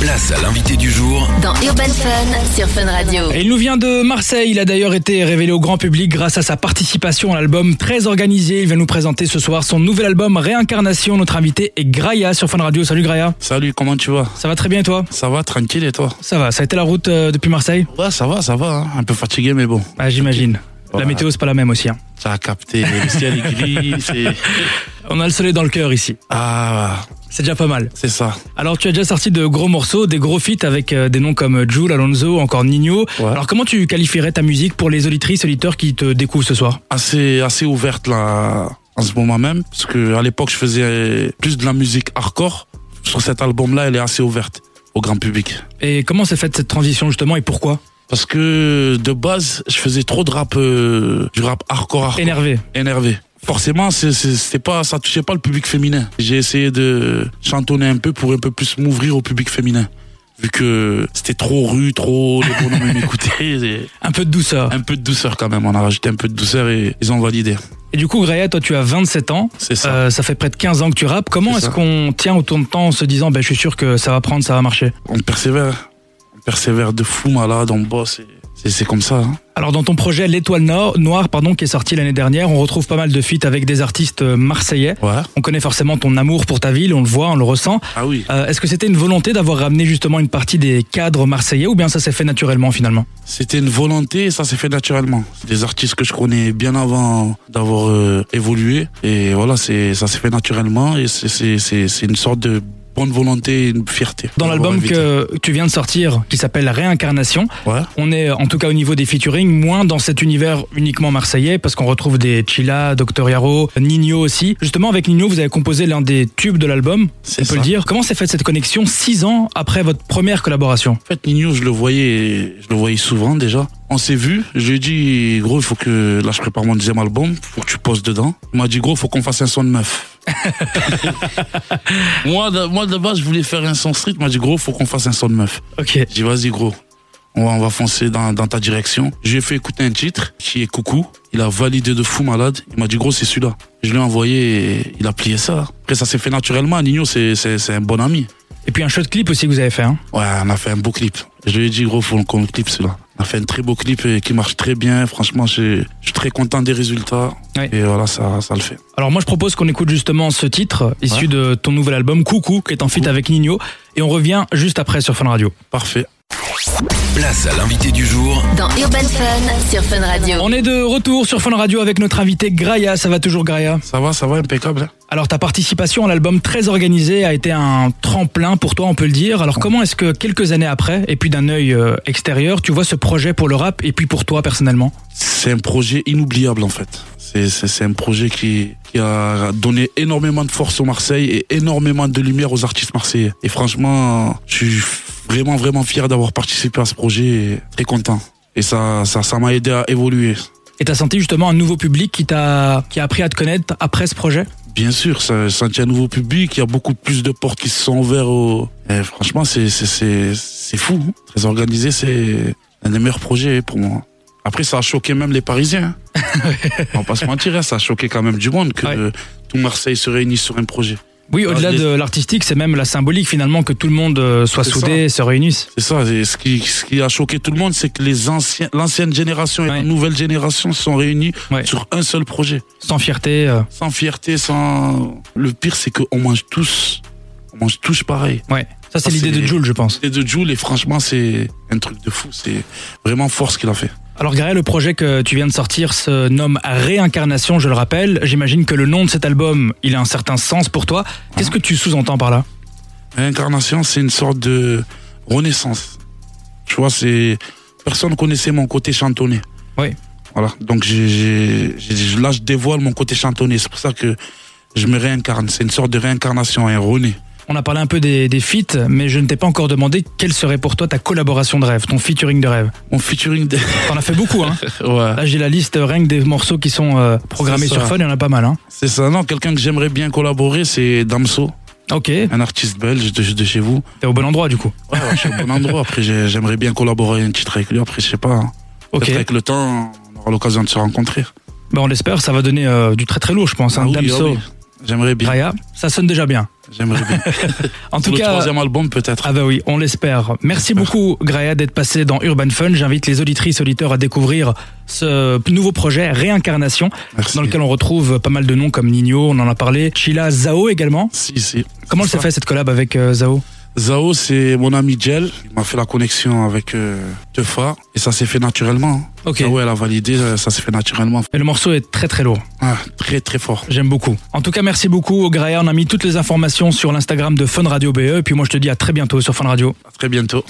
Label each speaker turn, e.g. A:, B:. A: Place à l'invité du jour
B: Dans Urban Fun sur Fun Radio.
C: Et Il nous vient de Marseille. Il a d'ailleurs été révélé au grand public grâce à sa participation à l'album très organisé. Il va nous présenter ce soir son nouvel album Réincarnation. Notre invité est Graia sur Fun Radio. Salut Graia.
D: Salut, comment tu vas
C: Ça va très bien et toi
D: Ça va, tranquille et toi
C: Ça va. Ça a été la route euh, depuis Marseille
D: Ouais, ça va, ça va. hein. Un peu fatigué, mais bon.
C: Ah, J'imagine. La
D: Ouais.
C: météo c'est pas la même aussi. hein.
D: Ça a capté. Le ciel est gris. c'est-
C: On a le soleil dans le cœur ici.
D: Ah,
C: C'est déjà pas mal.
D: c'est ça.
C: Alors tu as déjà sorti de gros morceaux, des gros feats avec euh, des noms comme Jules, Alonso, encore Nino.
D: Ouais.
C: Alors comment tu qualifierais ta musique pour les auditrices, auditeurs qui te découvrent ce soir
D: Assez, assez ouverte là, en ce moment même. Parce que à l'époque, je faisais plus de la musique hardcore. Sur cet album-là, elle est assez ouverte au grand public.
C: Et comment s'est faite cette transition justement et pourquoi
D: Parce que de base, je faisais trop de rap, euh, du rap hardcore, hardcore.
C: Énervé.
D: énervé. Forcément, c'est- c'est- c'était pas, ça touchait pas le public féminin. J'ai essayé de chantonner un peu pour un peu plus m'ouvrir au public féminin. Vu que c'était trop rue, trop, les bonhommes m'écoutaient. et
C: Un peu de douceur.
D: Un peu de douceur quand même, on a rajouté un peu de douceur et ils ont validé.
C: Et du coup, Gréa, toi, tu as 27 ans.
D: C'est ça.
C: Euh, ça fait près de 15 ans que tu rappes. Comment
D: C'est
C: est-ce
D: ça.
C: qu'on tient autour de temps en se disant, ben, je suis sûr que ça va prendre, ça va marcher
D: On persévère. On persévère de fou malade, on bosse. et C'est c'est comme ça. hein.
C: Alors, dans ton projet L'Étoile Noire, Noire, pardon, qui est sorti l'année dernière, on retrouve pas mal de feats avec des artistes euh, marseillais.
D: Ouais.
C: On connaît forcément ton amour pour ta ville, on le voit, on le ressent.
D: Ah oui.
C: Euh, est-ce que c'était une volonté d'avoir ramené justement une partie des cadres marseillais ou bien ça s'est fait naturellement finalement
D: C'était une volonté et ça s'est fait naturellement. C'est Des artistes que je connais bien avant d'avoir euh, évolué. Et voilà, c'est ça s'est fait naturellement et c'est- c'est c'est- c'est une sorte de bonne volonté et une fierté.
C: Dans
D: d'avoir
C: l'album
D: invité.
C: que tu viens de sortir, qui s'appelle Réincarnation,
D: Ouais,
C: On est, en tout cas au niveau des featuring, moins dans cet univers uniquement marseillais, parce qu'on retrouve des Chila, Dr Yaro, Nino aussi. Justement, avec Nino, vous avez composé l'un des tubes de l'album, on
D: c'est
C: peut
D: ça.
C: le dire. Comment s'est faite cette connexion six ans après votre première collaboration
D: En fait, Nino, je le voyais, je le voyais souvent déjà. On s'est vu. Je lui ai dit, gros, il faut que là, je prépare mon deuxième album. Faut que tu poses dedans. Il m'a dit, gros, faut qu'on fasse un son de meuf. moi, de, moi, de base, je voulais faire un son street. Il m'a dit, gros, faut qu'on fasse un son de meuf.
C: Ok.
D: J'ai dit, vas-y, gros. On va, on va foncer dans, dans ta direction. J'ai fait écouter un titre qui est Coucou. Il a validé de fou malade. Il m'a dit, gros, c'est celui-là. Je lui ai envoyé et il a plié ça. Après, ça s'est fait naturellement. Nino, c'est, c'est, c'est un bon ami.
C: Et puis un shot clip aussi que vous avez fait. hein.
D: Ouais, on a fait un beau clip. Je lui ai dit, gros, faut qu'on le clip celui-là. On a fait un très beau clip et qui marche très bien. Franchement, je, je suis très content des résultats.
C: Ouais.
D: Et voilà, ça, ça le fait.
C: Alors moi je propose qu'on écoute justement ce titre, issu de ton nouvel album Coucou, qui est en feat avec Nino, et on revient juste après sur Fun Radio.
D: Parfait.
A: Place à l'invité du jour
B: Dans Urban Fun sur Fun Radio.
C: On est de retour sur Fun Radio avec notre invité Graia, ça va toujours Graia
D: Ça va, ça va, impeccable. hein
C: Alors ta participation à l'album très organisé a été un tremplin pour toi, on peut le dire. Alors comment est-ce que quelques années après, et puis d'un œil euh, extérieur, tu vois ce projet pour le rap et puis pour toi personnellement
D: C'est un projet inoubliable en fait. C'est- C'est c'est un projet qui, qui a donné énormément de force au Marseille et énormément de lumière aux artistes marseillais. Et franchement, je suis vraiment vraiment fier d'avoir participé à ce projet et très content. Et ça ça ça m'a aidé à évoluer.
C: Et t'as senti justement un nouveau public qui t'a qui a appris à te connaître après ce projet
D: Bien sûr, ça senti un nouveau public, il y a beaucoup plus de portes qui se sont ouvertes. Au... Et franchement, c'est c'est- c'est- c'est fou. hein. Très organisé, c'est un des meilleurs projets pour moi. Après, ça a choqué même les Parisiens. hein. On va pas se mentir, hein, ça a choqué quand même du monde que
C: Ouais.
D: euh, tout Marseille se réunisse sur un projet.
C: Oui,
D: Ah,
C: au-delà
D: je l'ai-
C: de l'artistique, c'est même la symbolique finalement que tout le monde euh, soit
D: C'est
C: soudé, se réunisse.
D: C'est ça, et ce qui, ce qui a choqué tout le monde, c'est que les anciens, l'ancienne génération et
C: Ouais.
D: la nouvelle génération se sont réunis
C: Ouais.
D: sur un seul projet.
C: Sans fierté. euh.
D: Sans fierté, sans... Le pire, c'est qu'on mange tous, on mange tous pareil.
C: Ouais. Ça c'est
D: Ah,
C: l'idée
D: c'est-
C: de Jules, je pense.
D: Et de Jules, et franchement, c'est un truc de fou. C'est vraiment fort ce qu'il a fait.
C: Alors Gaël, le projet que tu viens de sortir se nomme Réincarnation, je le rappelle. J'imagine que le nom de cet album, il a un certain sens pour toi. Qu'est-ce que tu sous-entends par là
D: Réincarnation, c'est une sorte de renaissance. Tu vois, c'est. Personne connaissait mon côté chantonné.
C: Oui.
D: Voilà. Donc, j'ai- j'ai- j'ai- là, je dévoile mon côté chantonné. C'est pour ça que je me réincarne. C'est une sorte de réincarnation, un rené.
C: On a parlé un peu des, des feats, mais je ne t'ai pas encore demandé quelle serait pour toi ta collaboration de rêve, ton featuring de rêve.
D: Mon featuring. De...
C: T'en as fait beaucoup, hein
D: Ouais.
C: Là j'ai la liste euh, rien que des morceaux qui sont euh, programmés
D: C'est
C: sur
D: ça.
C: Fun, il y en a pas mal, hein
D: C'est ça. Non, quelqu'un que j'aimerais bien collaborer, c'est Damso,
C: Ok, t'es
D: un artiste belge de, de chez vous.
C: au bon endroit du coup.
D: Ouais, ouais, je suis au bon endroit. Après, j'ai- j'aimerais bien collaborer un titre avec lui. Après, je sais pas. hein.
C: Ok,
D: Peut-être avec le temps, on aura l'occasion de se rencontrer.
C: bah, on l'espère, ça va donner euh, du très très lourd je pense. Hein.
D: Ah oui,
C: Damso,
D: ah oui. J'aimerais bien.
C: Raya, ça sonne déjà bien.
D: J'aimerais bien.
C: En tout
D: Pour le
C: cas,
D: troisième album, peut-être.
C: Ah bah oui, on l'espère. Merci beaucoup Graya d'être passé dans Urban Fun. J'invite les auditrices auditeurs à découvrir ce nouveau projet Réincarnation
D: Merci.
C: ah, dans lequel on retrouve pas mal de noms comme Nino, on en a parlé, Chila, Zao également.
D: Si, si.
C: Comment elle s'est fait cette collab avec euh, Zao
D: Zao, c'est mon ami Jel. Il m'a fait la connexion avec euh, Tefa. Et ça s'est fait naturellement. hein.
C: Ok.
D: Zao, elle a validé, euh, ça s'est fait naturellement.
C: Ah Et le morceau est très très lourd.
D: Ah, très, très fort.
C: J'aime beaucoup. En tout cas, merci beaucoup E. Graya. On a mis toutes les informations sur l'Instagram de Fun Radio BE. Et puis moi, je te dis à très bientôt sur Fun Radio.
D: À très bientôt.